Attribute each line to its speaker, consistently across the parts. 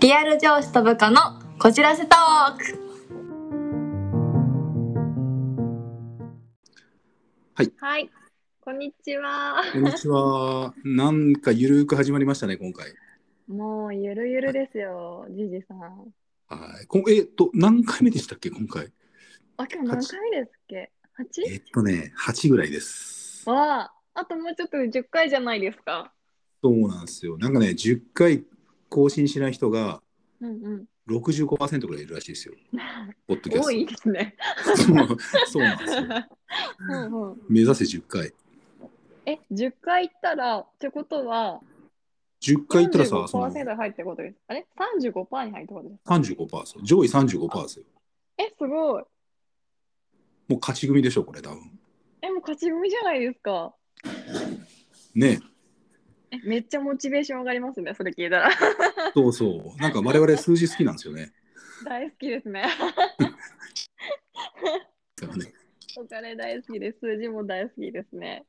Speaker 1: リアル上司と部下のこじらせトーク
Speaker 2: はい。こんにちは。
Speaker 3: こんにちは。なんかゆるく始まりましたね、今回。
Speaker 2: もうゆるゆるですよ、じじさん。
Speaker 3: はい。こえっと、何回目でしたっけ、今回。
Speaker 2: あ、今日何回ですっけ
Speaker 3: え
Speaker 2: ?8?
Speaker 3: っとね、8ぐらいです。
Speaker 2: わあ、あともうちょっとで10回じゃないですか。
Speaker 3: そうなんですよ。なんかね、10回更新しない人が
Speaker 2: うんうん。
Speaker 3: 65%ぐらいいるらしいですよ。ポッドキャ
Speaker 2: 多い
Speaker 3: ス
Speaker 2: ですね。
Speaker 3: ト。 そうそうなんですよ。
Speaker 2: うんうん
Speaker 3: 目指せ10回。
Speaker 2: え、10回行ったら、ってことは、
Speaker 3: 10回いったらさ、その
Speaker 2: 35%入ってことです。あれ ?35% に入ってことです。
Speaker 3: 35%そう上位35%ですよ。
Speaker 2: え、すごい。
Speaker 3: もう勝ち組でしょ、これ、多分。
Speaker 2: え、もう勝ち組じゃないですか。
Speaker 3: ね。
Speaker 2: え、めっちゃモチベーション上がりますね、それ聞いたら。
Speaker 3: そうそう。なんか我々数字好きなんですよね。
Speaker 2: 大好きですね。
Speaker 3: だからね。
Speaker 2: お金大好きです。数字も大好きですね。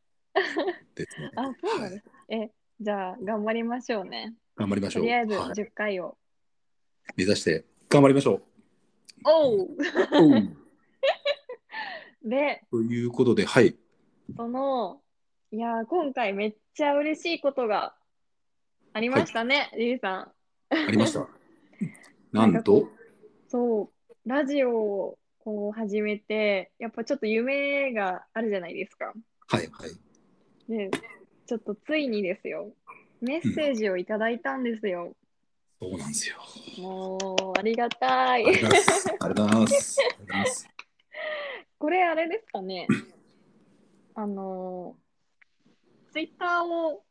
Speaker 3: ですね
Speaker 2: あ、そうなん
Speaker 3: は
Speaker 2: で
Speaker 3: い
Speaker 2: す。え、じゃあ、頑張りましょうね。
Speaker 3: 頑張りまし
Speaker 2: と
Speaker 3: ょう。
Speaker 2: りあえず
Speaker 3: はい
Speaker 2: 10回を。
Speaker 3: 目指して頑張りましょ
Speaker 2: おう
Speaker 3: う。
Speaker 2: で、
Speaker 3: ということで、はい。
Speaker 2: その、いやー、今回めっちゃ嬉しいことがありましたね、リリーさん。
Speaker 3: ありました。 なんと、
Speaker 2: そう、ラジオをこう始めて、やっぱちょっと夢があるじゃないですか。
Speaker 3: はいはい。
Speaker 2: で、ちょっとついにですよ、メッセージをいただいたんですよ。
Speaker 3: そうなんですよ。
Speaker 2: もう、ありがた
Speaker 3: あ
Speaker 2: い
Speaker 3: り。がとうございます。ありがとうございます。ありがとうございます
Speaker 2: これあれですか ねあのツイッターを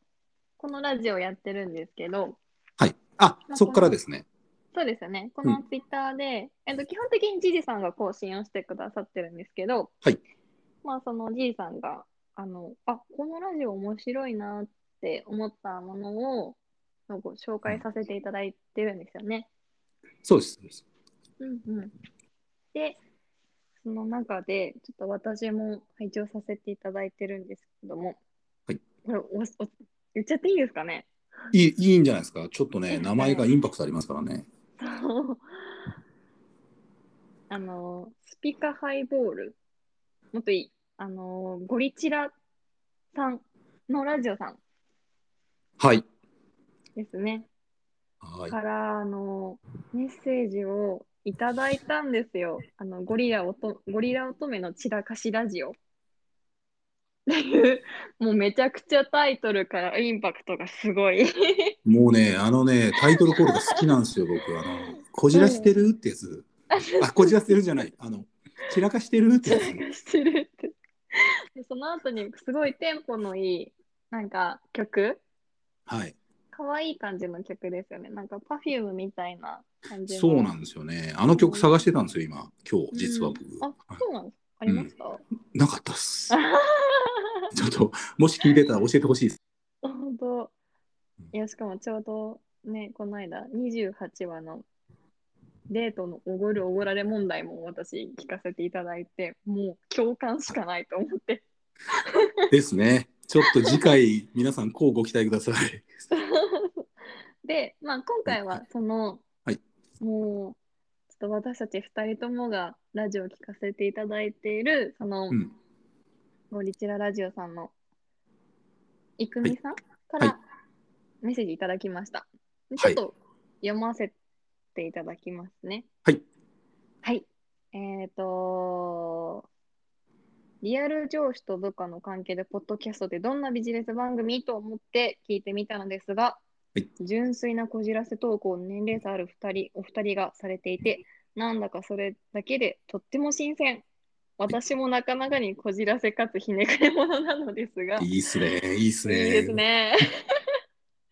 Speaker 2: このラジオやってるんですけど
Speaker 3: はい。あ、そっからですね。
Speaker 2: そうですよねこ
Speaker 3: う
Speaker 2: の
Speaker 3: ん
Speaker 2: ツイッターで、えっと、基本的にじじさんが更新をしてくださってるんですけど、
Speaker 3: はい
Speaker 2: まあそのじいさんがあのあこのラジオ面白いなって思ったものをご紹介させていただいてるんですよね。
Speaker 3: そうです。そうです
Speaker 2: うんうん、で、その中で、ちょっと私も拝聴させていただいてるんですけども、
Speaker 3: はい
Speaker 2: これおお言っちゃっていいですかね
Speaker 3: いいいいんじゃないですか。ちょっとね、名前がインパクトありますからね。
Speaker 2: あの、スピカハイボール、もっといい、あの、ゴリチラさんのラジオさん
Speaker 3: はい。
Speaker 2: ですね、
Speaker 3: はい。
Speaker 2: から、あの、メッセージをいただいたんですよ。あの、ゴリラおと、ゴリラ乙女の散らかしラジオ。っていう、もうめちゃくちゃタイトルからインパクトがすごい。
Speaker 3: もうね、あのね、タイトルコールが好きなんですよ、僕。あの、こじらしてるってやつ。あ、こじらしてるじゃない。あの、散らかしてるって
Speaker 2: 散
Speaker 3: や
Speaker 2: ら
Speaker 3: つ。
Speaker 2: かしてるって。でその後にすごいテンポのいい、なんか曲
Speaker 3: はい。
Speaker 2: 可愛い感じの曲ですよね。なんか Perfume みたいな感じの。
Speaker 3: そうなんですよね。あの曲探してたんですよ、今。今日、
Speaker 2: うん
Speaker 3: 実は僕。
Speaker 2: あ、
Speaker 3: はい
Speaker 2: そうなんですかありました、
Speaker 3: なかったっす。ちょっと、もし聞いてたら教えてほしいです。
Speaker 2: 本当。いや、しかもちょうどね、この間、28話のデートのおごるおごられ問題も私聞かせていただいて、もう共感しかないと思って。
Speaker 3: ですね。ちょっと次回、皆さん、こうご期待ください。
Speaker 2: で、まあ今回はその、
Speaker 3: はい
Speaker 2: もう、ちょっと私たち2人ともがラジオを聞かせていただいている、その、
Speaker 3: うん
Speaker 2: ゴリチララジオさんの、いくみさんから、
Speaker 3: は
Speaker 2: メッセージいただきました。でちょ
Speaker 3: は
Speaker 2: っ
Speaker 3: い
Speaker 2: と読ませていただきますね。
Speaker 3: はい。
Speaker 2: はい。えっ、とリアル上司と部下の関係で、ポッドキャストでどんなビジネス番組と思って聞いてみたのですが、
Speaker 3: はい
Speaker 2: 純粋なこじらせ投稿の年齢差ある2人、お二人がされていて、なんだかそれだけでとっても新鮮。私もなかなかにこじらせかつひねくれ者なのですが、
Speaker 3: いいっすね。いいっすね。
Speaker 2: いいですね。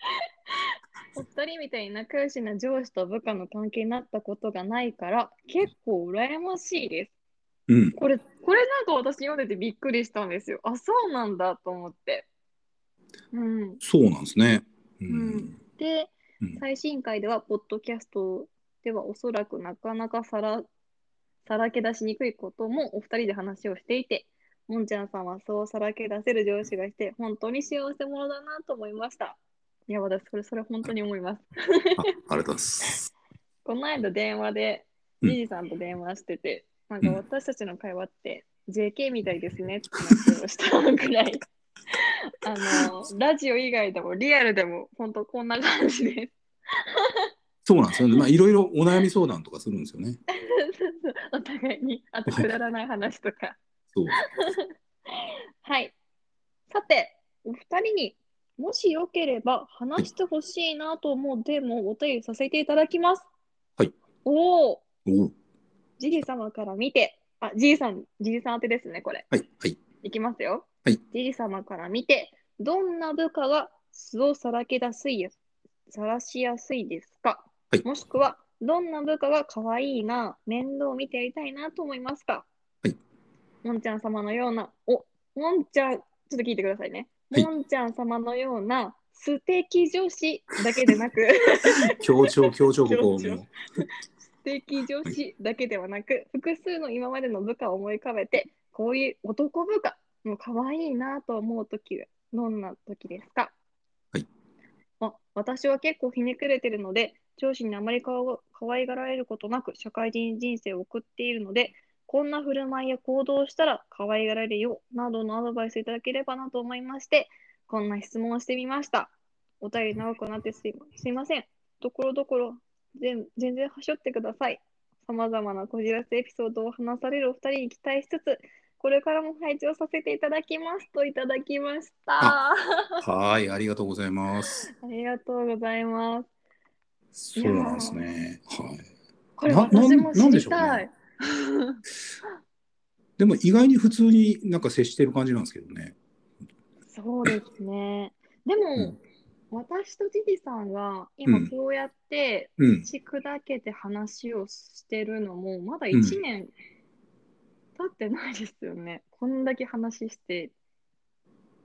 Speaker 2: お二人みたいに仲良しな上司と部下の関係になったことがないから結構羨ましいです。
Speaker 3: うん。
Speaker 2: これこれなんか私読んでてびっくりしたんですよ。あそうなんだと思って。うん、
Speaker 3: そうなんですね。うん。
Speaker 2: うんで、
Speaker 3: うん
Speaker 2: 最新回ではポッドキャストではおそらくなかなかさらさらけ出しにくいこともお二人で話をしていてもんちゃんさんはそうさらけ出せる上司がいて本当に幸せ者だなと思いましたいや私それそれ本当に思います
Speaker 3: あありがとうございます。
Speaker 2: この間電話で、
Speaker 3: うん
Speaker 2: じじさんと電話してて、
Speaker 3: ん
Speaker 2: なんか私たちの会話って JK みたいですねって話をしたぐらい、 あの、ラジオ以外でもリアルでも本当こんな感じです。
Speaker 3: そうなんですよね。まあいろいろお悩み相談とかするんですよね。
Speaker 2: お互いに、あとくだらない話とか。
Speaker 3: そう。
Speaker 2: はい。さて、お二人にもしよければ話してほしいなと思うテーマをお便りさせていただきます。
Speaker 3: はい。
Speaker 2: おお、
Speaker 3: おう
Speaker 2: ジリ様から見て、あ、ジリさん、ジリさん宛てですね、これ。
Speaker 3: はいはい。
Speaker 2: いきますよ。
Speaker 3: はい
Speaker 2: ジリ様から見て、どんな部下が素をさらけ出すいや、さらしやすいですか、
Speaker 3: はい
Speaker 2: もしくは、どんな部下が可愛いな、面倒を見てやりたいなと思いますか
Speaker 3: はい。
Speaker 2: もんちゃん様のような、お、もんちゃん、ちょっと聞いてくださいね。
Speaker 3: はい
Speaker 2: もんちゃん様のような素敵女子だけでなく、
Speaker 3: 協調協調ここ
Speaker 2: 協
Speaker 3: も
Speaker 2: 調。素敵女子だけではなく、複数の今までの部下を思い浮かべて、こういう男部下も可愛いなと思うとき、どんなときですか
Speaker 3: はい。
Speaker 2: あ、私は結構ひねくれてるので、上司にあまりかわ可愛がられることなく、社会人人生を送っているので、こんな振る舞いや行動をしたら可愛がられるよ、などのアドバイスいただければなと思いまして、こんな質問をしてみました。お便り長くなってすいますいません。ところどころ全全然はしょってください。さまざまなこじらせエピソードを話されるお二人に期待しつつ、これからも配置をさせていただきますといただきました。あ
Speaker 3: あはい、ありがとうございます。
Speaker 2: りがとうございます。
Speaker 3: そうなんですね。はい。
Speaker 2: これ
Speaker 3: な
Speaker 2: 私も
Speaker 3: な
Speaker 2: 知
Speaker 3: んで
Speaker 2: り
Speaker 3: しょうね
Speaker 2: たい。
Speaker 3: でも意外に普通になんか接してる感じなんですけどね。
Speaker 2: そうですね。でも、私とジジさんが
Speaker 3: うん
Speaker 2: 今こうやって
Speaker 3: うん
Speaker 2: 打。ち砕けて話をしてるのも、まだ1年経ってないですよね。こんだけ話して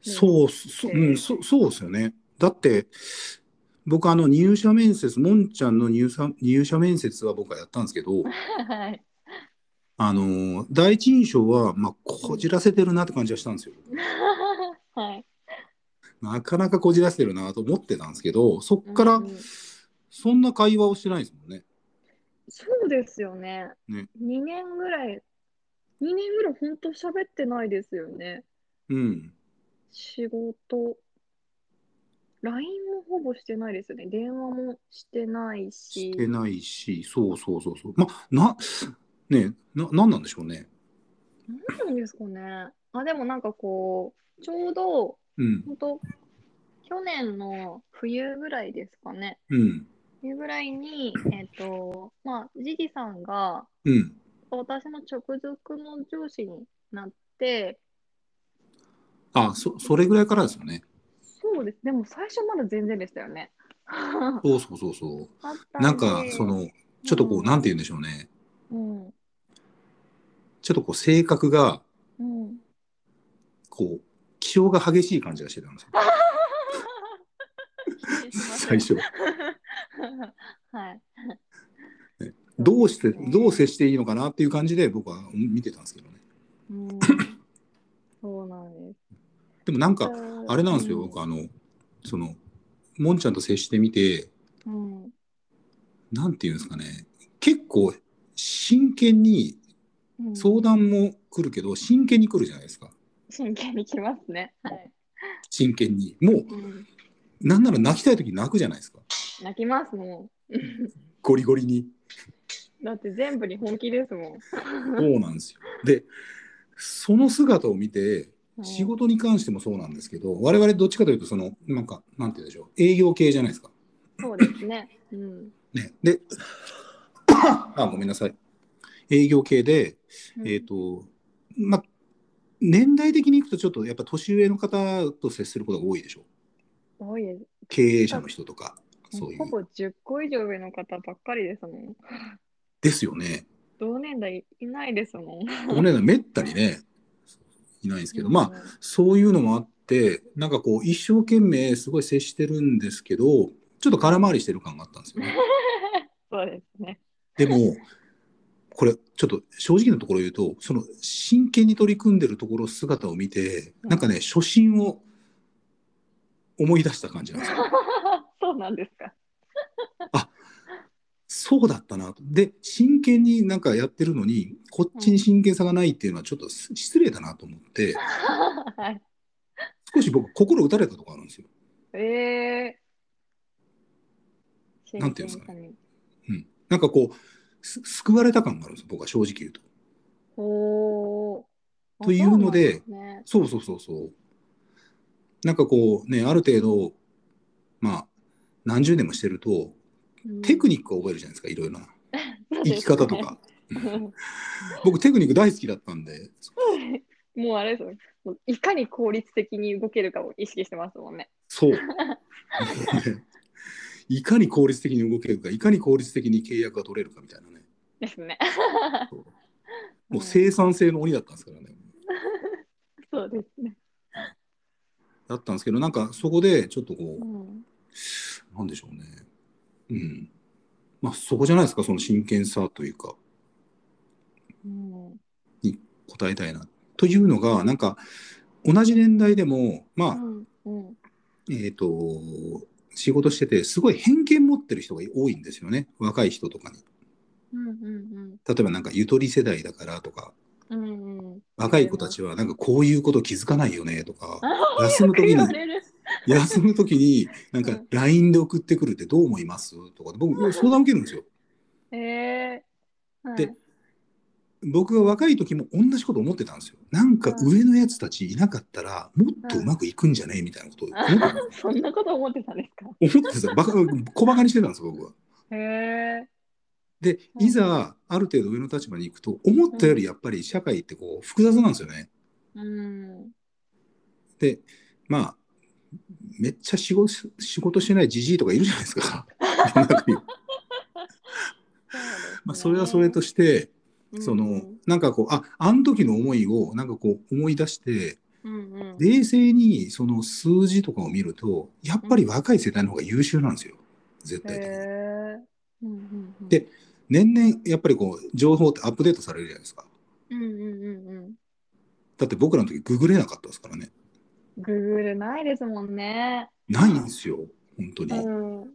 Speaker 3: そう、そうん、そそうですよね。だって、僕、あの、入社面接、もんちゃんの入社入社面接は僕はやったんです け ど、
Speaker 2: はい。
Speaker 3: あのー、第一印象は、まあ、こじらせてるなって感じはしたんですよ。
Speaker 2: はい。
Speaker 3: なかなかこじらせてるなと思ってたんですけど、そっか
Speaker 2: う
Speaker 3: ら
Speaker 2: ん、
Speaker 3: そんな会話をしてないですもんね。
Speaker 2: そうですよね。
Speaker 3: ね
Speaker 2: 2年ぐらい、2年ぐらい本当喋ってないですよね。
Speaker 3: うん。
Speaker 2: 仕事。LINE もほぼしてないですよね。電話もしてないし。
Speaker 3: してないし、そうそうそうそう。まあ、な、ねな、なんなんでしょうね。
Speaker 2: なんなんですかね。あ、でもなんかこう、ちょうど、
Speaker 3: うん、
Speaker 2: 本当去年の冬ぐらいですかね。
Speaker 3: うん、
Speaker 2: 冬ぐらいに、えっ、と、まあ、ジギさんが、
Speaker 3: うん。
Speaker 2: 私の直属の上司になって、
Speaker 3: あ、そ、それぐらいからですよね。
Speaker 2: そうです。でも最初まだ全然でしたよね。あ
Speaker 3: そうそうそうそ
Speaker 2: った
Speaker 3: う。なんか、そ、の、ちょっとこう、なんて言うん
Speaker 2: う
Speaker 3: でしょうね。
Speaker 2: の、
Speaker 3: ちょっとこう、性格が、
Speaker 2: うん、う ん。
Speaker 3: こう、気性が激しい感じがしてたんですよ。最。初。
Speaker 2: はい。
Speaker 3: どうして、
Speaker 2: そうですね
Speaker 3: どう接していいのかなっていう感じで僕は見てたんですけどね。
Speaker 2: うん、そうなんです。
Speaker 3: でもなんか、あれなんですよ、
Speaker 2: う
Speaker 3: 僕、あの、その、もんちゃんと接してみて、
Speaker 2: うん。
Speaker 3: なんていうんですかね、結構、真剣に、
Speaker 2: うん、
Speaker 3: 相談も来るけど、真剣に来るじゃないですか。
Speaker 2: 真剣にきますね。はい。
Speaker 3: 真剣に。もう、
Speaker 2: うん、
Speaker 3: なんなら泣きたい時泣くじゃないですか。
Speaker 2: 泣きますも
Speaker 3: ゴリゴリに。
Speaker 2: ん。だって全部に本気ですもん。
Speaker 3: そうなんですよ。で、その姿を見て、
Speaker 2: うん
Speaker 3: 仕事に関してもそうなんですけど、我々どっちかというと、その、なんか、なんて言うんでしょう、営業系じゃないですか。
Speaker 2: そうですね。うん。
Speaker 3: ね。で、 あ、ごめんなさい。営業系で、えっ、と、ま、年代的にいくとちょっとやっぱ年上の方と接することが多いでしょう。
Speaker 2: 多いです。
Speaker 3: 経営者の人とか、そうい
Speaker 2: ほぼ
Speaker 3: う。
Speaker 2: 10個以上上の方ばっかりですもん。
Speaker 3: ですよね。
Speaker 2: 同年代いないですもん。
Speaker 3: お値段めったにね、いないんですけど、まあ、そういうのもあって、なんかこう、一生懸命すごい接してるんですけど、ちょっと空回りしてる感があったんですよね。
Speaker 2: そうですね。
Speaker 3: でも、これ、ちょっと正直なところ言うと、その真剣に取り組んでるところ、姿を見て、なんかね、初心を思い出した感じなんですよ。
Speaker 2: そうなんですか。
Speaker 3: そうだったなと。で、真剣になんかやってるのに、こっちに真剣さがないっていうのはちょっと失礼だなと思って、
Speaker 2: はい
Speaker 3: 少し僕、心打たれたとこあるんですよ。
Speaker 2: えー、
Speaker 3: なんていうんですか
Speaker 2: ね。
Speaker 3: なんかこう、す救われた感があるんですよ、僕は正直言うと。
Speaker 2: ほー
Speaker 3: というので、
Speaker 2: そうなんす
Speaker 3: そうそうそうそう。なんかこうね、ある程度、まあ、何十年もしてると、
Speaker 2: ね
Speaker 3: テクニックを覚えるじゃないですか、いろいろな。
Speaker 2: うん
Speaker 3: 生き方とか。
Speaker 2: そうですね
Speaker 3: 僕、テクニック大好きだったんで、
Speaker 2: もうあれですよねもういかに効率的に動けるかを意識してますもんね。
Speaker 3: そう。もうねいかに効率的に動けるか、いかに効率的に契約が取れるかみたいなね。
Speaker 2: ですね。
Speaker 3: もう生産性の鬼だったんですからね。
Speaker 2: そうですね。
Speaker 3: だったんですけど、なんかそこでちょっとこ
Speaker 2: うん、
Speaker 3: う、なんでしょうね。うん。まあそこじゃないですか、その真剣さというか、
Speaker 2: うん
Speaker 3: 答えたいな。というのが、なんか、同じ年代でも、まあ、
Speaker 2: うん
Speaker 3: えっ、と、仕事してて、すごい偏見持ってる人が多いんですよね。若い人とかに。
Speaker 2: うんうん
Speaker 3: 例えばなんか、ゆとり世代だからとか、
Speaker 2: うんうんうん。
Speaker 3: 若い子たちはなんかこういうこと気づかないよね とか、休
Speaker 2: よ
Speaker 3: む
Speaker 2: く
Speaker 3: 時
Speaker 2: 言わ
Speaker 3: に、
Speaker 2: れる。
Speaker 3: 休む時に、なん
Speaker 2: う
Speaker 3: か
Speaker 2: ん
Speaker 3: LINE で送ってくるってどう思いますとか、僕、相談受けるんですよ。
Speaker 2: えー、はい
Speaker 3: で僕が若い時も同じこと思ってたんですよ。なんか上のやつたちいなかったら、もっとうまくいくんじゃねえみたいなことを思ってた んで
Speaker 2: そんなこと思ってたんですか。
Speaker 3: すよ思ってたんですよ。バカ小馬鹿にしてたんですよ、僕は。
Speaker 2: へえ
Speaker 3: で、
Speaker 2: うん
Speaker 3: いざ、ある程度上の立場に行くと、思ったよりやっぱり社会ってこう、複雑なんですよね。
Speaker 2: ー、うん。
Speaker 3: で、まあ、めっちゃ仕事し仕事してないじじいとかいるじゃないですか。 世の中に
Speaker 2: そうですね
Speaker 3: まあ、それはそれとして、そ
Speaker 2: うん
Speaker 3: の、なんかこう、あ、あの時の思いを、なんかこう、思い出して、
Speaker 2: うんうん、
Speaker 3: 冷静にその数字とかを見ると、やっぱり若い世代の方が優秀なんですよ。絶
Speaker 2: へ
Speaker 3: 対的に。
Speaker 2: ーうんうんうん、
Speaker 3: で年々、やっぱりこう、情報ってアップデートされるじゃないですか。
Speaker 2: うんうんうんうん。
Speaker 3: だって僕らの時、ググれなかったですからね。
Speaker 2: グーグルないですもんね。
Speaker 3: ないんですよ、本当に。
Speaker 2: うん。
Speaker 3: ね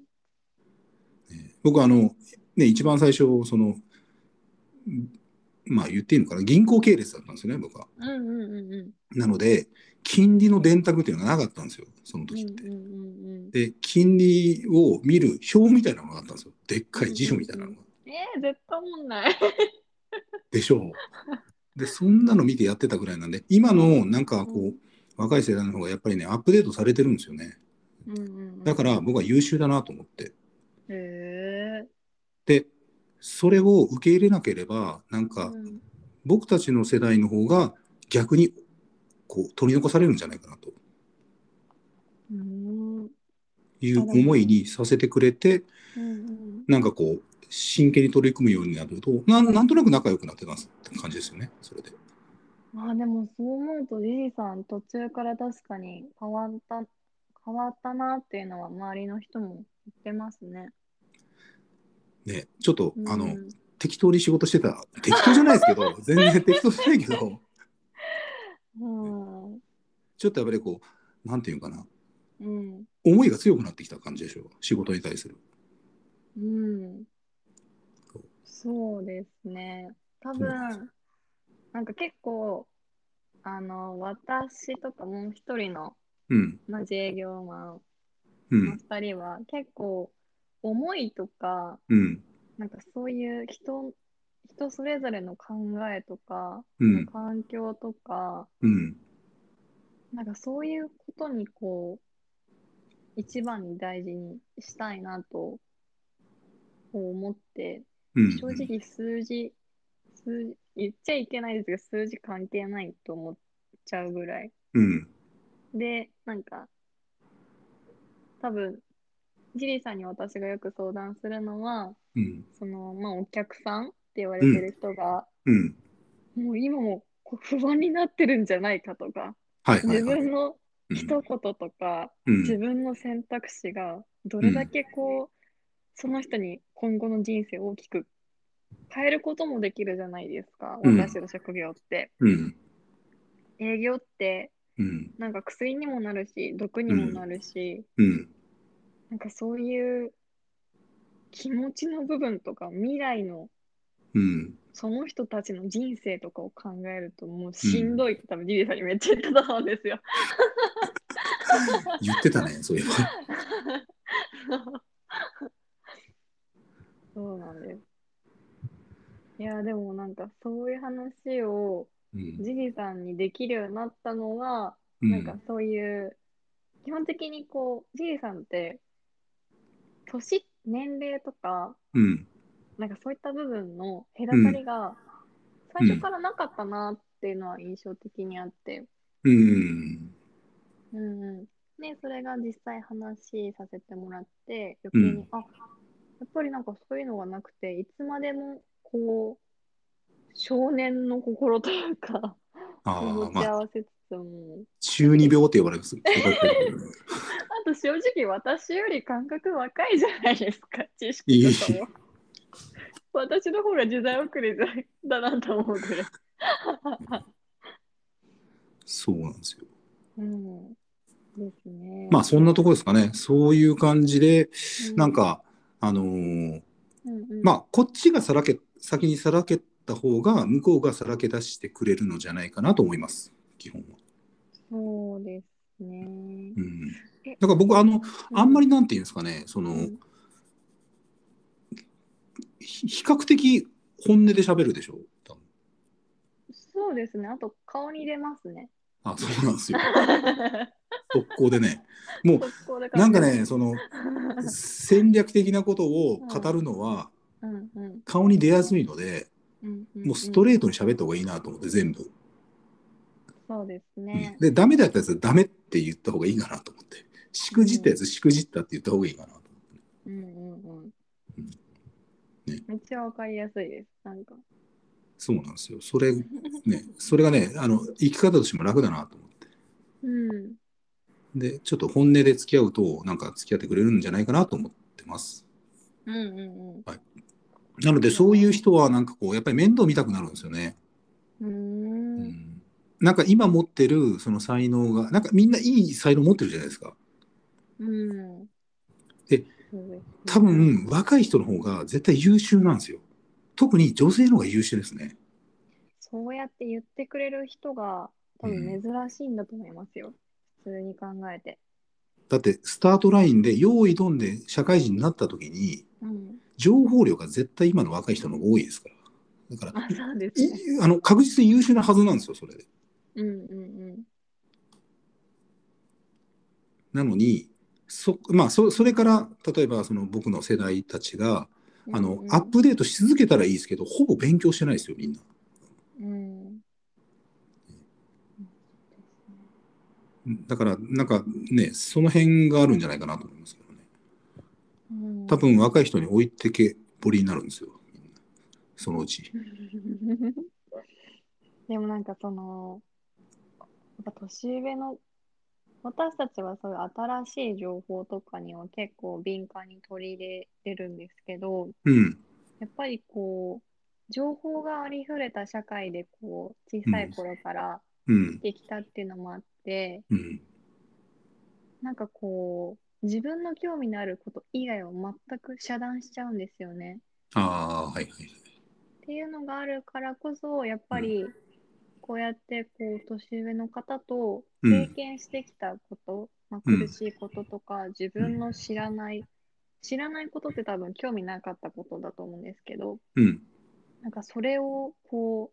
Speaker 3: 僕あの、ね、一番最初そのんまあ言っていいのかな銀行系列だったんですよね僕は。
Speaker 2: うんうんうんうん。
Speaker 3: なので金利の電卓っていうのがなかったんですよそ
Speaker 2: う
Speaker 3: の
Speaker 2: ん
Speaker 3: 時って。
Speaker 2: うんうんうん。
Speaker 3: で金利を見る表みたいなのがあったんですよでっかい辞書みたいなのが。
Speaker 2: えー、絶対もんない。
Speaker 3: でしょう。でそんなの見てやってたぐらいなんで今のなんかこう若い世代の方がやっぱりねアップデートされてるんですよね。
Speaker 2: うんうんうん、
Speaker 3: だから僕は優秀だなと思って。
Speaker 2: ら。へえ
Speaker 3: でそれを受け入れなければなん
Speaker 2: ー。
Speaker 3: か
Speaker 2: うん
Speaker 3: 僕たちの世代の方が逆にこう取り残されるんじゃないかなと
Speaker 2: うん
Speaker 3: いう思いにさせてくれて
Speaker 2: うん
Speaker 3: なんかこう真剣に取り組むようになるとなんなんとなく仲良くなってたって感じですよねそれで。
Speaker 2: うん、あーでもそう思うとジジさん途中から確かに変わった変わったなっていうのは周りの人も言ってますね。
Speaker 3: ね、ちょっと、
Speaker 2: うん、
Speaker 3: あの適当に仕事してた適当じゃないです けど全然適当じゃないけど
Speaker 2: うん
Speaker 3: ちょっとやっぱりこうなんていうのかな
Speaker 2: うん
Speaker 3: 思いが強くなってきた感じでしょう仕事に対する。
Speaker 2: うん
Speaker 3: そう、
Speaker 2: そうですね。多
Speaker 3: そうなんで
Speaker 2: 分、なんか結構、あの、私とかもう一人の
Speaker 3: うん
Speaker 2: 同じ営業マ
Speaker 3: う
Speaker 2: ンの
Speaker 3: ん
Speaker 2: 二人は、結構、思いとか、
Speaker 3: うん
Speaker 2: なんかそういう人、人それぞれの考えとか、
Speaker 3: うん
Speaker 2: 環境とか、
Speaker 3: うん
Speaker 2: なんかそういうことにこう、一番に大事にしたいなと、こう思って、
Speaker 3: うん
Speaker 2: 正直数字、数字、言っちゃいけないですけど、数字関係ないと思っちゃうぐらい。
Speaker 3: うん
Speaker 2: で、なんか、多分、ジリーさんに私がよく相談するのは、
Speaker 3: うん
Speaker 2: その、まあ、お客さんって言われてる人が、
Speaker 3: うん
Speaker 2: もう今もこう不安になってるんじゃないかとか、
Speaker 3: はいはい
Speaker 2: 自
Speaker 3: はい。
Speaker 2: 分の
Speaker 3: うん
Speaker 2: 一言とか、
Speaker 3: うん
Speaker 2: 自分の選択肢がどれだけこう、その人に今後の人生を大きく変えることもできるじゃないですか、
Speaker 3: うん
Speaker 2: 私の職業って。
Speaker 3: うん
Speaker 2: 営業って
Speaker 3: うん
Speaker 2: なんか薬にもなるし、毒にもなるし、
Speaker 3: うん
Speaker 2: なんかそういう気持ちの部分とか未来の
Speaker 3: うん。
Speaker 2: その人たちの人生とかを考えるともうしんどいって多分リリーさんにめっちゃ言ってたんですよ。
Speaker 3: 言ってた ね、そういえば。
Speaker 2: そうなんです。いやでもなんかそういう話を
Speaker 3: うん。
Speaker 2: ジリさんにできるようになったのは、
Speaker 3: う
Speaker 2: なんかそういう基本的にこうジリさんって年年齢とか
Speaker 3: うん。
Speaker 2: なんかそういった部分の隔たりが最初からなかったなっていうのは印象的にあって、
Speaker 3: うん。
Speaker 2: うんうん、でそれが実際話させてもらって余計に、
Speaker 3: うん
Speaker 2: あやっぱりなんかそういうのがなくていつまでもこう少年の心というか
Speaker 3: ああ
Speaker 2: 持、ち
Speaker 3: ま
Speaker 2: 合
Speaker 3: あ、
Speaker 2: わせつつも、
Speaker 3: 中二病って呼ばれます。
Speaker 2: あ、と正直私より感覚若いじゃないですか知
Speaker 3: いい
Speaker 2: 識とかも。私の方が時代遅れだなと思うけど。
Speaker 3: そうなんですよ。
Speaker 2: うん、ですね。
Speaker 3: まあ、そんなところですかね。そういう感じで、
Speaker 2: う
Speaker 3: なん、か、あのー
Speaker 2: うんうん、
Speaker 3: まあ、こっちがさらけ、先にさらけた方が、向こうがさらけ出してくれるのじゃないかなと思います。基本は。
Speaker 2: そうですね。
Speaker 3: うん。
Speaker 2: え
Speaker 3: だから僕、あの、あんま
Speaker 2: り、
Speaker 3: りなんていうんですかね、その、
Speaker 2: うん
Speaker 3: ひ比較的本音で喋るでしょ。多分
Speaker 2: そうですね。あと顔に出ますね。
Speaker 3: あ、そう なん ですよ。速攻でね。もう、
Speaker 2: 速攻で
Speaker 3: なんかね、、その、戦略的なことを語るのは、
Speaker 2: うんうん
Speaker 3: 顔に出やすいので、
Speaker 2: うんうん、
Speaker 3: もうストレ
Speaker 2: ー
Speaker 3: ートに喋った方がいいなと思って、全部。
Speaker 2: ト。そうです
Speaker 3: うん
Speaker 2: ね。
Speaker 3: で、ダメだったやつはダメって言った方がいいかなと思って。しくじったやつ、しくじったって言った方がいいかなと思っ
Speaker 2: う
Speaker 3: て。
Speaker 2: んうんうん
Speaker 3: うんね。
Speaker 2: めっちゃわかりやすいです。なんか。
Speaker 3: そうなんですよ。それ、ね、それがね、あの、生き方としても楽だなと思って。
Speaker 2: うん。
Speaker 3: で、ちょっと本音で付き合うと、なんか付き合ってくれるんじゃないかなと思ってます。
Speaker 2: うんうん
Speaker 3: なので、そういう人は、なんかこう、やっぱり面倒見たくなるんですよね。
Speaker 2: うん。うー。
Speaker 3: うんん。なんか今持ってる、その才能が、なんかみんないい才能持ってるじゃないですか。
Speaker 2: うん。
Speaker 3: で
Speaker 2: そうですね、
Speaker 3: 多分、若い人の方が絶対優秀なんですよ。特に女性の方が優秀ですね。
Speaker 2: そうやって言ってくれる人が多分珍しいんだと思いますよ。普通に考えて。
Speaker 3: だって、スタートラインで、用意どんで社会人になった時に、
Speaker 2: うん。
Speaker 3: 情報量が絶対今の若い人の方が多いですから。だから、
Speaker 2: あ、そうですね。
Speaker 3: いあの確実に優秀なはずなんですよ、それで。
Speaker 2: うんうん
Speaker 3: なのに、そまあ、そそれから例えばその僕の世代たちが
Speaker 2: うん。
Speaker 3: あ
Speaker 2: う
Speaker 3: の、
Speaker 2: んうん
Speaker 3: アップデートし続けたらいいですけどほぼ勉強してないですよみんな。
Speaker 2: うん。
Speaker 3: だからなんかねその辺があるんじゃないかなと思いますけどね
Speaker 2: うん
Speaker 3: 多。分若い人に置いてけぼりになるんですよみんなそのうち。
Speaker 2: でもなんかその、やっぱ年上の、私たちはそういう新しい情報とかには結構敏感に取り入れれるんですけど、
Speaker 3: うん
Speaker 2: やっぱりこう、情報がありふれた社会でこう、小さい頃から
Speaker 3: うん
Speaker 2: できたっていうのもあって、
Speaker 3: うん
Speaker 2: なんかこう、自分の興味のあること以外を全く遮断しちゃうんですよね。
Speaker 3: ああーはいはいはい。
Speaker 2: っていうのがあるからこそやっぱりこうやってこう年上の方と
Speaker 3: うん
Speaker 2: 経験してきたこと、まあ、
Speaker 3: うん
Speaker 2: 苦しいこととか自分の知らない、知らないことって多分興味なかったことだと思うんですけど
Speaker 3: うん
Speaker 2: なんかそれをこ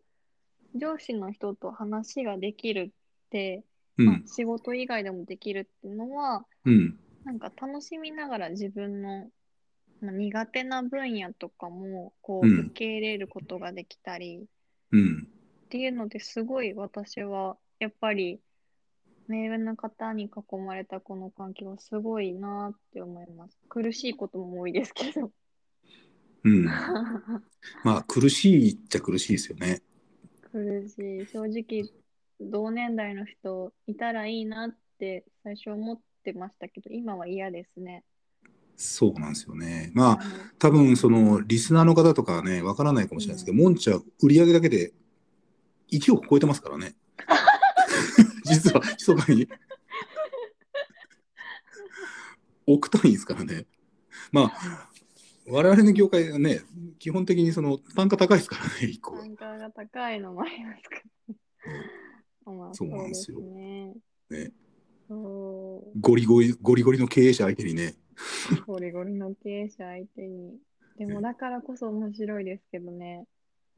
Speaker 2: う上司の人と話ができるって、
Speaker 3: う
Speaker 2: まあ
Speaker 3: ん、
Speaker 2: 仕事以外でもできるっていうのは
Speaker 3: うん
Speaker 2: なんか楽しみながら自分のまあ苦手な分野とかもこう
Speaker 3: うん
Speaker 2: 受け入れることができたり、
Speaker 3: うん
Speaker 2: っていうのですごい私はやっぱり目上の方に囲まれたこの環境はすごいなって思います。苦しいことも多いですけ ど。
Speaker 3: うん、まあ苦しいっちゃ苦しいですよね。
Speaker 2: 苦しい。正直同年代の人いたらいいなって最初思ってましたけど今は嫌ですね。
Speaker 3: そうなんですよね。まあ多分そのリスナーの方とかはねわからないかもしれないですけど、モンチャ売り上げだけで1億超えてますから ね実は密かに億単位ですからねまあ我々の業界はね、基本的にその単価高いですからね、一個。
Speaker 2: 単価が高いのもありますから。 まあ
Speaker 3: そうなんですよ
Speaker 2: そうね。
Speaker 3: ね
Speaker 2: そう
Speaker 3: ゴリゴリ、ゴリゴリの経営者相手にね。
Speaker 2: ゴリゴリの経営者相手に。でも
Speaker 3: ね
Speaker 2: だからこそ面白いですけどね。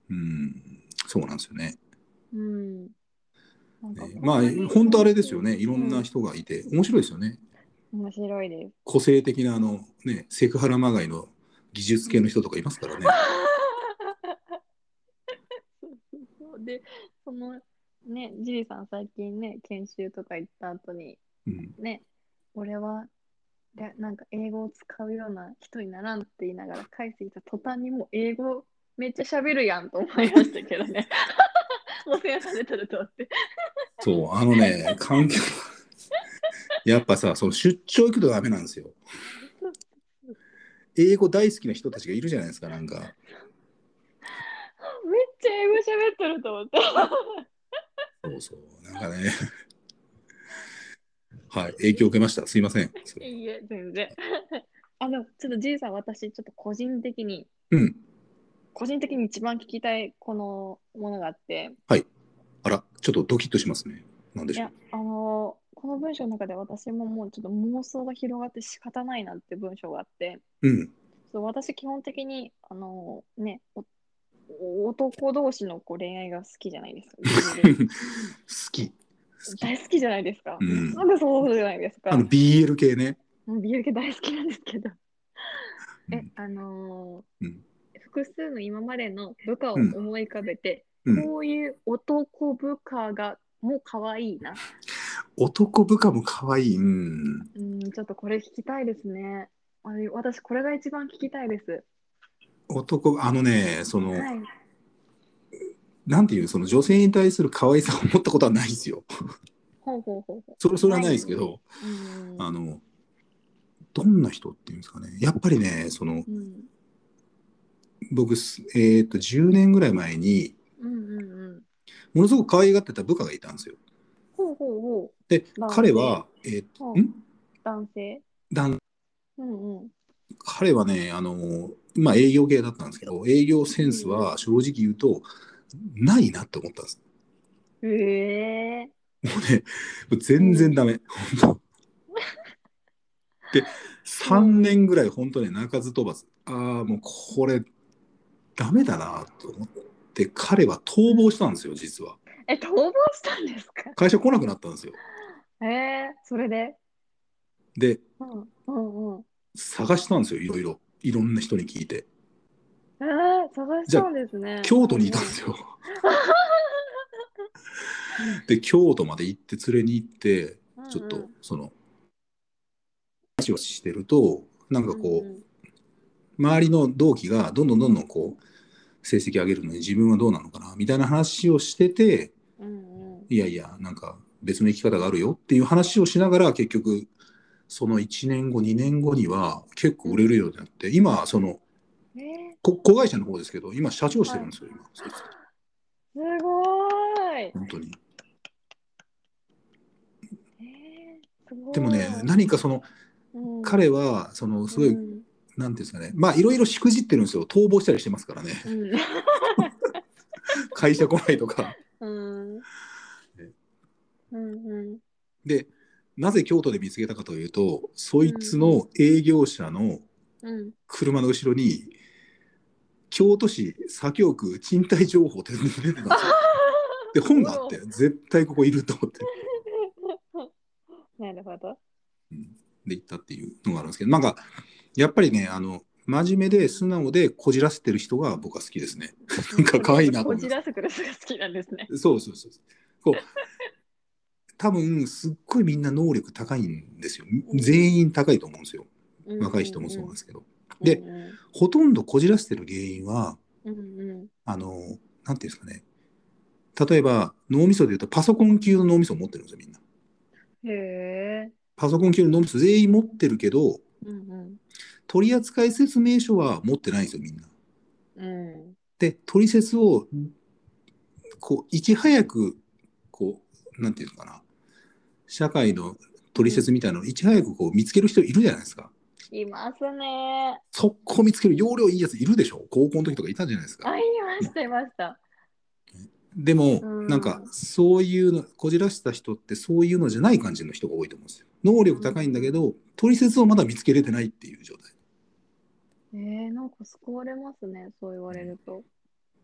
Speaker 3: うん、そうなんですよね。
Speaker 2: うん。なんか
Speaker 3: ねまあ、本当あれですよね。いろん
Speaker 2: う
Speaker 3: な人がいて、面白いですよね。
Speaker 2: 面白いです。
Speaker 3: 個性的な、あの、ね、セクハラまがいの技術系の人とかいますからね。
Speaker 2: そうそうそうで、そのね、ジリさん最近ね、研修とか行った後に、
Speaker 3: うん、
Speaker 2: ね、俺は、でなんか英語を使うような人にならんって言いながら返してきた途端にもう英語めっちゃ喋るやんと思いましたけどね。 もうせやされてると思って。
Speaker 3: そう、あのね、環境、 やっぱさ、その出張行くとダメなんですよ。英語大好きな人たちがいるじゃないですか、なんか。
Speaker 2: めっちゃ英語喋ってると思って。
Speaker 3: そうそう、なんかね。はい、影響を受けました。すいません。それ
Speaker 2: いいえ、全然。 あの、ちょっとじいさん、私、ちょっと個人的に、
Speaker 3: うん、
Speaker 2: 個人的に一番聞きたいこのものがあって、
Speaker 3: あら、ちょっとドキッとしますね。なんで
Speaker 2: い
Speaker 3: しょう
Speaker 2: や。、あの、この文章の中で私ももうちょっと妄想が広がって仕方ないなって文章があって、
Speaker 3: うん、
Speaker 2: そう私、基本的に、あの、ね、お男同士のこう恋愛が好きじゃない ですか。
Speaker 3: 好き。好き。
Speaker 2: 大好きじゃないですか。
Speaker 3: うん
Speaker 2: すぐそうじゃないですか
Speaker 3: あ。の BL 系ね。
Speaker 2: もう美容系大好きなんですけど。
Speaker 3: うん
Speaker 2: え、あのー
Speaker 3: うん
Speaker 2: 複数の今までの部下を
Speaker 3: うん
Speaker 2: 思い浮かべて、
Speaker 3: うん、
Speaker 2: こういう男部下がもう可愛いな。
Speaker 3: 男部下も可愛い。うん。
Speaker 2: うん、ちょっとこれ聞きたいですね。あれ私、これが一番聞きたいです。
Speaker 3: 男、あのね、その、
Speaker 2: はい。
Speaker 3: なんていう、その女性に対する可愛さを持ったことはないですよ。
Speaker 2: ほうほうほうほ
Speaker 3: それ、それはないですけど、
Speaker 2: う。うん。
Speaker 3: あの、どんな人っていうんですかね。やっぱりね、その、
Speaker 2: うん。
Speaker 3: 僕、えっ、と、10年ぐらい前に、
Speaker 2: うんうんうん。
Speaker 3: ものすごく可愛がってた部下がいたんですよ。
Speaker 2: ほうほうほ
Speaker 3: で
Speaker 2: まあ、
Speaker 3: 彼は、えー
Speaker 2: う。ほうん男性
Speaker 3: 男
Speaker 2: うんうん。
Speaker 3: 彼はね、あの、まあ営業系だったんですけど、営業センスは正直言うと、ないなって思ったんです。
Speaker 2: ええ
Speaker 3: もうね、もう全然ダメ。本当で、3年ぐらい本当ね、鳴かず飛ばず。ああ、もうこれ、ダメだなと思って、彼は逃亡したんですよ、実は。
Speaker 2: え、逃亡したんですか
Speaker 3: 会社来なくなったんですよ。
Speaker 2: ええそれで
Speaker 3: で、
Speaker 2: うんうんうん。
Speaker 3: 探したんですよ、いろいろ。いろんな人に聞いて。
Speaker 2: えー、探したんですね。
Speaker 3: 京都にいたんで すよ。で、京都まで行って連れに行って、
Speaker 2: うんうん。
Speaker 3: ちょっとその話をしてるとなんかこう周りの同期がどんどんどんどんこう成績上げるのに自分はどうなのかなみたいな話をしてて
Speaker 2: うんうん。うん
Speaker 3: いやいやなんか別の生き方があるよっていう話をしながら結局その1年後2年後には結構売れるようになって今その
Speaker 2: うん。え
Speaker 3: こ子会社の方ですけど今社長してるんですよ今そい
Speaker 2: ー、
Speaker 3: つ
Speaker 2: すごーい。
Speaker 3: 本当に。
Speaker 2: えー、すごい。
Speaker 3: でもね何かその
Speaker 2: うん、
Speaker 3: 彼はそのすごい
Speaker 2: うん
Speaker 3: なんていうんですかねまあいろいろしくじってるんですよ逃亡したりしてますからね
Speaker 2: うん。
Speaker 3: 会社来ないとか。
Speaker 2: うん。うんうん。
Speaker 3: でなぜ京都で見つけたかというとそいつの営業者の
Speaker 2: うん。
Speaker 3: 車の後ろに京都市左京区賃貸情報って出てたんですよ。 で本があって絶対ここいると思って
Speaker 2: なるほど。
Speaker 3: で行ったっていうのがあるんですけどなんかやっぱりねあの真面目で素直でこじらせてる人が僕は好きですね。なんか可愛いなと
Speaker 2: こ
Speaker 3: 思います
Speaker 2: じらせてる人が好きなんですね。
Speaker 3: そうそうそうそう。 こう多分すっごいみんな能力高いんですよ。全員高いと思うんですよ。若い人もそうなんですけど。で
Speaker 2: うん
Speaker 3: ほとんどこじらせてる原因は、
Speaker 2: うん。うんうん。
Speaker 3: あの、なんていうんですかね。例えば、脳みそで言うと、パソコン級の脳みそを持ってるんですよ、みんな。
Speaker 2: へえ。
Speaker 3: パソコン級の脳みそ全員持ってるけど、
Speaker 2: うん
Speaker 3: 取扱説明書は持ってないんですよ、みんな。
Speaker 2: うん。うん。
Speaker 3: で、取説を、こう、いち早く、こう、なんていうのかな。社会の取説みたいなのをいち早くこう見つける人いるじゃないですか。
Speaker 2: いますね。
Speaker 3: 速攻見つける容量いいやついるでしょ高校の時とかいたんじゃないですか
Speaker 2: あ、いました、いました。
Speaker 3: でも
Speaker 2: うん
Speaker 3: なんかそういうのこじらした人ってそういうのじゃない感じの人が多いと思うんですよ能力高いんだけど取説をまだ見つけれてないっていう状態
Speaker 2: えー、なんか救われますね、そう言われると。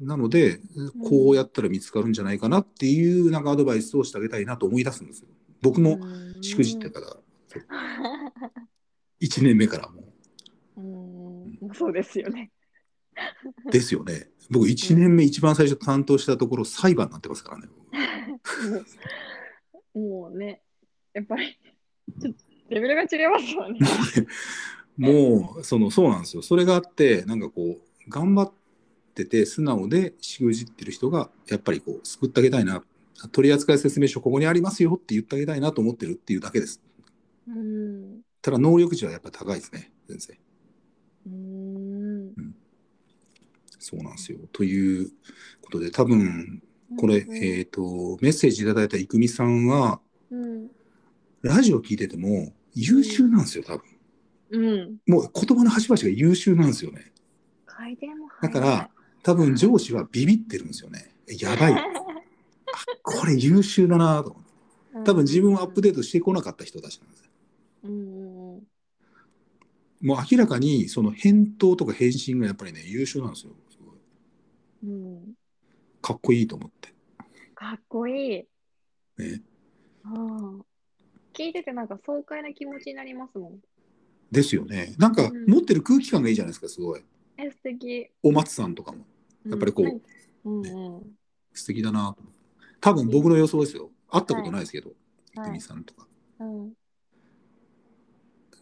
Speaker 3: なのでこうやったら見つかるんじゃないかなっていうなんかアドバイスをしてあげたいなと思い出すんですよ僕も
Speaker 2: うん
Speaker 3: しくじったから1年目からも
Speaker 2: うん、そうですよね。
Speaker 3: うですよね僕1年目一番最初担当したところ裁判になってますからね僕
Speaker 2: もうもうね、やっぱり、ちょっとレベルが違います よね。
Speaker 3: もうそのそうなんですよそれがあってなんかこう頑張ってて素直でしくじってる人がやっぱりこう救ってあげたいな取扱説明書ここにありますよって言ってあげたいなと思ってるっていうだけです
Speaker 2: うん。
Speaker 3: ただ能力値はやっぱ高いですね先生
Speaker 2: うん。
Speaker 3: そうなんですよということで多分これ、えっ、とメッセージいただいた郁美さんは
Speaker 2: うん。
Speaker 3: ラジオ聞いてても優秀なんですよ多分
Speaker 2: うん。
Speaker 3: もう言葉の端々が優秀なんですよね
Speaker 2: 回転も
Speaker 3: だ
Speaker 2: 早い
Speaker 3: から、多分上司はビビってるんですよね。やばい。あこれ優秀だなと思って。
Speaker 2: うん
Speaker 3: 多分自分をアップデートしてこなかった人たちなんですよ。
Speaker 2: うんうん
Speaker 3: もう明らかにその返答とか返信がやっぱりね、優秀なんですよ。すごい
Speaker 2: うん。うん。
Speaker 3: かっこいいと思って。
Speaker 2: かっこいい。
Speaker 3: ね、
Speaker 2: ああ聞いててなんか爽快な気持ちになりますもん。
Speaker 3: ですよね。なんか
Speaker 2: うん
Speaker 3: 持ってる空気感がいいじゃないですか、すごい。
Speaker 2: え、素敵。
Speaker 3: お松さんとか
Speaker 2: う
Speaker 3: も。
Speaker 2: ん
Speaker 3: やっぱりこう。
Speaker 2: うんうん。
Speaker 3: 素敵だなと思って。多分僕の予想ですよ。会ったことないですけど、
Speaker 2: はい
Speaker 3: 久美さんとか。
Speaker 2: うん。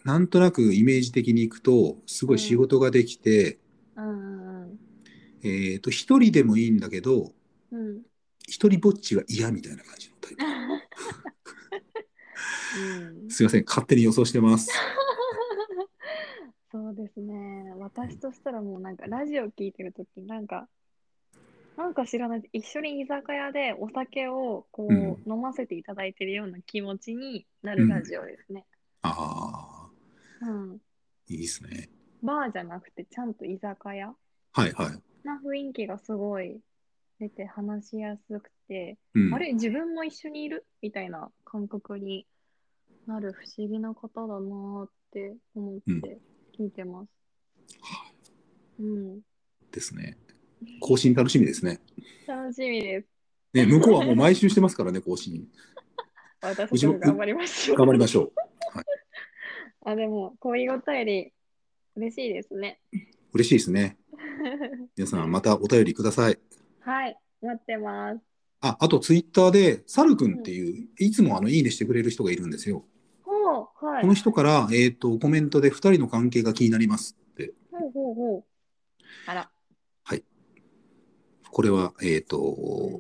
Speaker 3: なんとなくイメージ的にいくと、すごい仕事ができて、
Speaker 2: うんうん
Speaker 3: えっ、と、一人でもいいんだけど、
Speaker 2: うん。うん。
Speaker 3: 一人ぼっちが嫌みたいな感じのタイプ。
Speaker 2: うん
Speaker 3: すいません、勝手に予想してます。
Speaker 2: そうですね。私としたらもうなんかラジオ聞いてるときなんか、なんか知らない。一緒に居酒屋でお酒をこう、
Speaker 3: うん
Speaker 2: 飲ませていただいてるような気持ちになるラジオですね。
Speaker 3: ああ、
Speaker 2: うん。
Speaker 3: いいですね。
Speaker 2: バーじゃなくてちゃんと居酒屋
Speaker 3: はいはい。
Speaker 2: な雰囲気がすごい出て話しやすくて、
Speaker 3: うん、
Speaker 2: あれ自分も一緒にいるみたいな感覚になる不思議な方だなーって思って聞いてます。うん、
Speaker 3: ですね。更新楽しみですね。
Speaker 2: 楽しみです。
Speaker 3: ね、向こうはもう毎週してますからね、更新。
Speaker 2: 私た
Speaker 3: うち
Speaker 2: ち
Speaker 3: も
Speaker 2: も頑張りましょう。
Speaker 3: 頑張りましょう。
Speaker 2: あでも、こういうお便り嬉しいですね。
Speaker 3: 嬉しいですね。皆さん、またお便りください。
Speaker 2: はい、待ってます。
Speaker 3: あ、あとツイッターで、サルくんっていう、いつもあの、いいねしてくれる人がいるんですよ。
Speaker 2: ほう、はい
Speaker 3: この。人から、えっ、と、コメントで、二人の関係が気になりますって。
Speaker 2: ほうほうほう。あら。
Speaker 3: これは、えっ、と、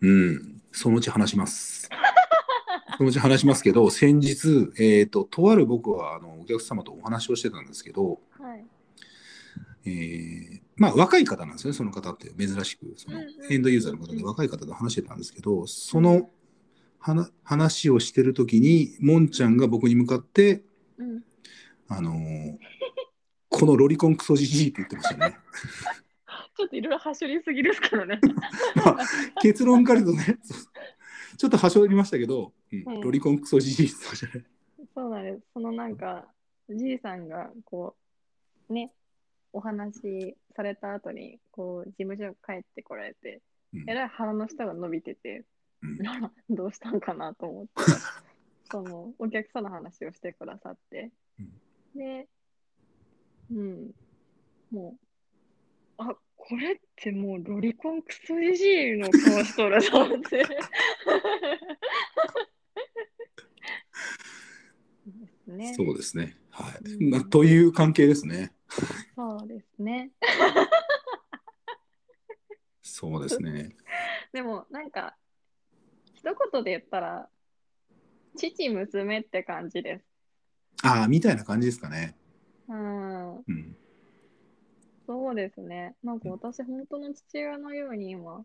Speaker 3: うん、そのうち話 します。そのうち話しますけど、先日、えっ、と、とある僕はあのお客様とお話をしてたんですけど、
Speaker 2: はい。
Speaker 3: えーまあ若い方なんですよね、その方って珍しく、その
Speaker 2: うんうん
Speaker 3: エンドユーザーの方で若い方と話してたんですけど、そのはな話をしてる時に、もんちゃんが僕に向かって、
Speaker 2: うん。
Speaker 3: あのーこのロリコンクソじじいって言ってまし たね。
Speaker 2: ちょっといろいろはしょりすぎですからね。
Speaker 3: まあ、結論から言うとね、そうそうちょっと端折りましたけど、うん
Speaker 2: うん
Speaker 3: ロリコンクソじじいって言ってましたね。
Speaker 2: そうなんです。そのなんか、じいさんが、こう、ね、お話しされた後に、こう、事務所に帰ってこられて、
Speaker 3: うん
Speaker 2: えらい腹の下が伸びてて、
Speaker 3: うん
Speaker 2: どうしたんかなと 思って、その、お客さんの話をしてくださって
Speaker 3: うん、
Speaker 2: で、うん、もう、あ、これってもうロリコンクソじじいの顔しとると思 って。 ですね。
Speaker 3: そうですね。はい。
Speaker 2: うん
Speaker 3: まあ、という関係ですね。
Speaker 2: そうですね。
Speaker 3: そうですね。
Speaker 2: でもなんか一言で言ったら父娘って感じです。
Speaker 3: ああ、みたいな感じですかね。
Speaker 2: うん、
Speaker 3: うん。
Speaker 2: そうですね。なんか私本当の父親のように今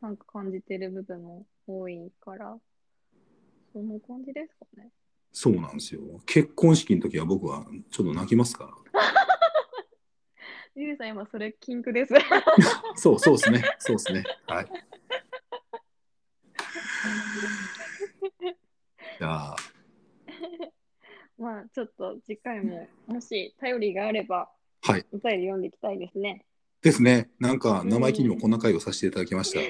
Speaker 2: なんか感じてる部分も多いからそんな感じですかね。
Speaker 3: そうなんですよ。結婚式の時は僕はちょっと泣きますから。
Speaker 2: ゆうさん、今それ、キンクです。
Speaker 3: そうそうですね。そうですね。はい。じゃあ、
Speaker 2: まあ、ちょっと次回も、もし頼りがあれば、
Speaker 3: はい。
Speaker 2: お便り読んでいきたいですね。
Speaker 3: ですね。なんか生意気にもこんな回をさせていただきました。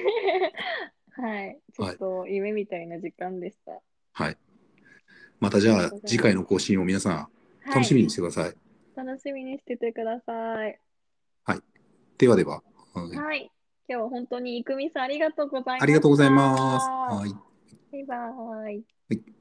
Speaker 2: はい。ちょっと夢みたいな時間でした。
Speaker 3: はい。またじゃあ次回の更新を皆さん楽しみにしてください。
Speaker 2: はい、楽しみにしててください。
Speaker 3: ではでは、はい
Speaker 2: はい。今日は本当にいくみさんありがとうございました。
Speaker 3: ありがとうございます。はい。
Speaker 2: バイバイ。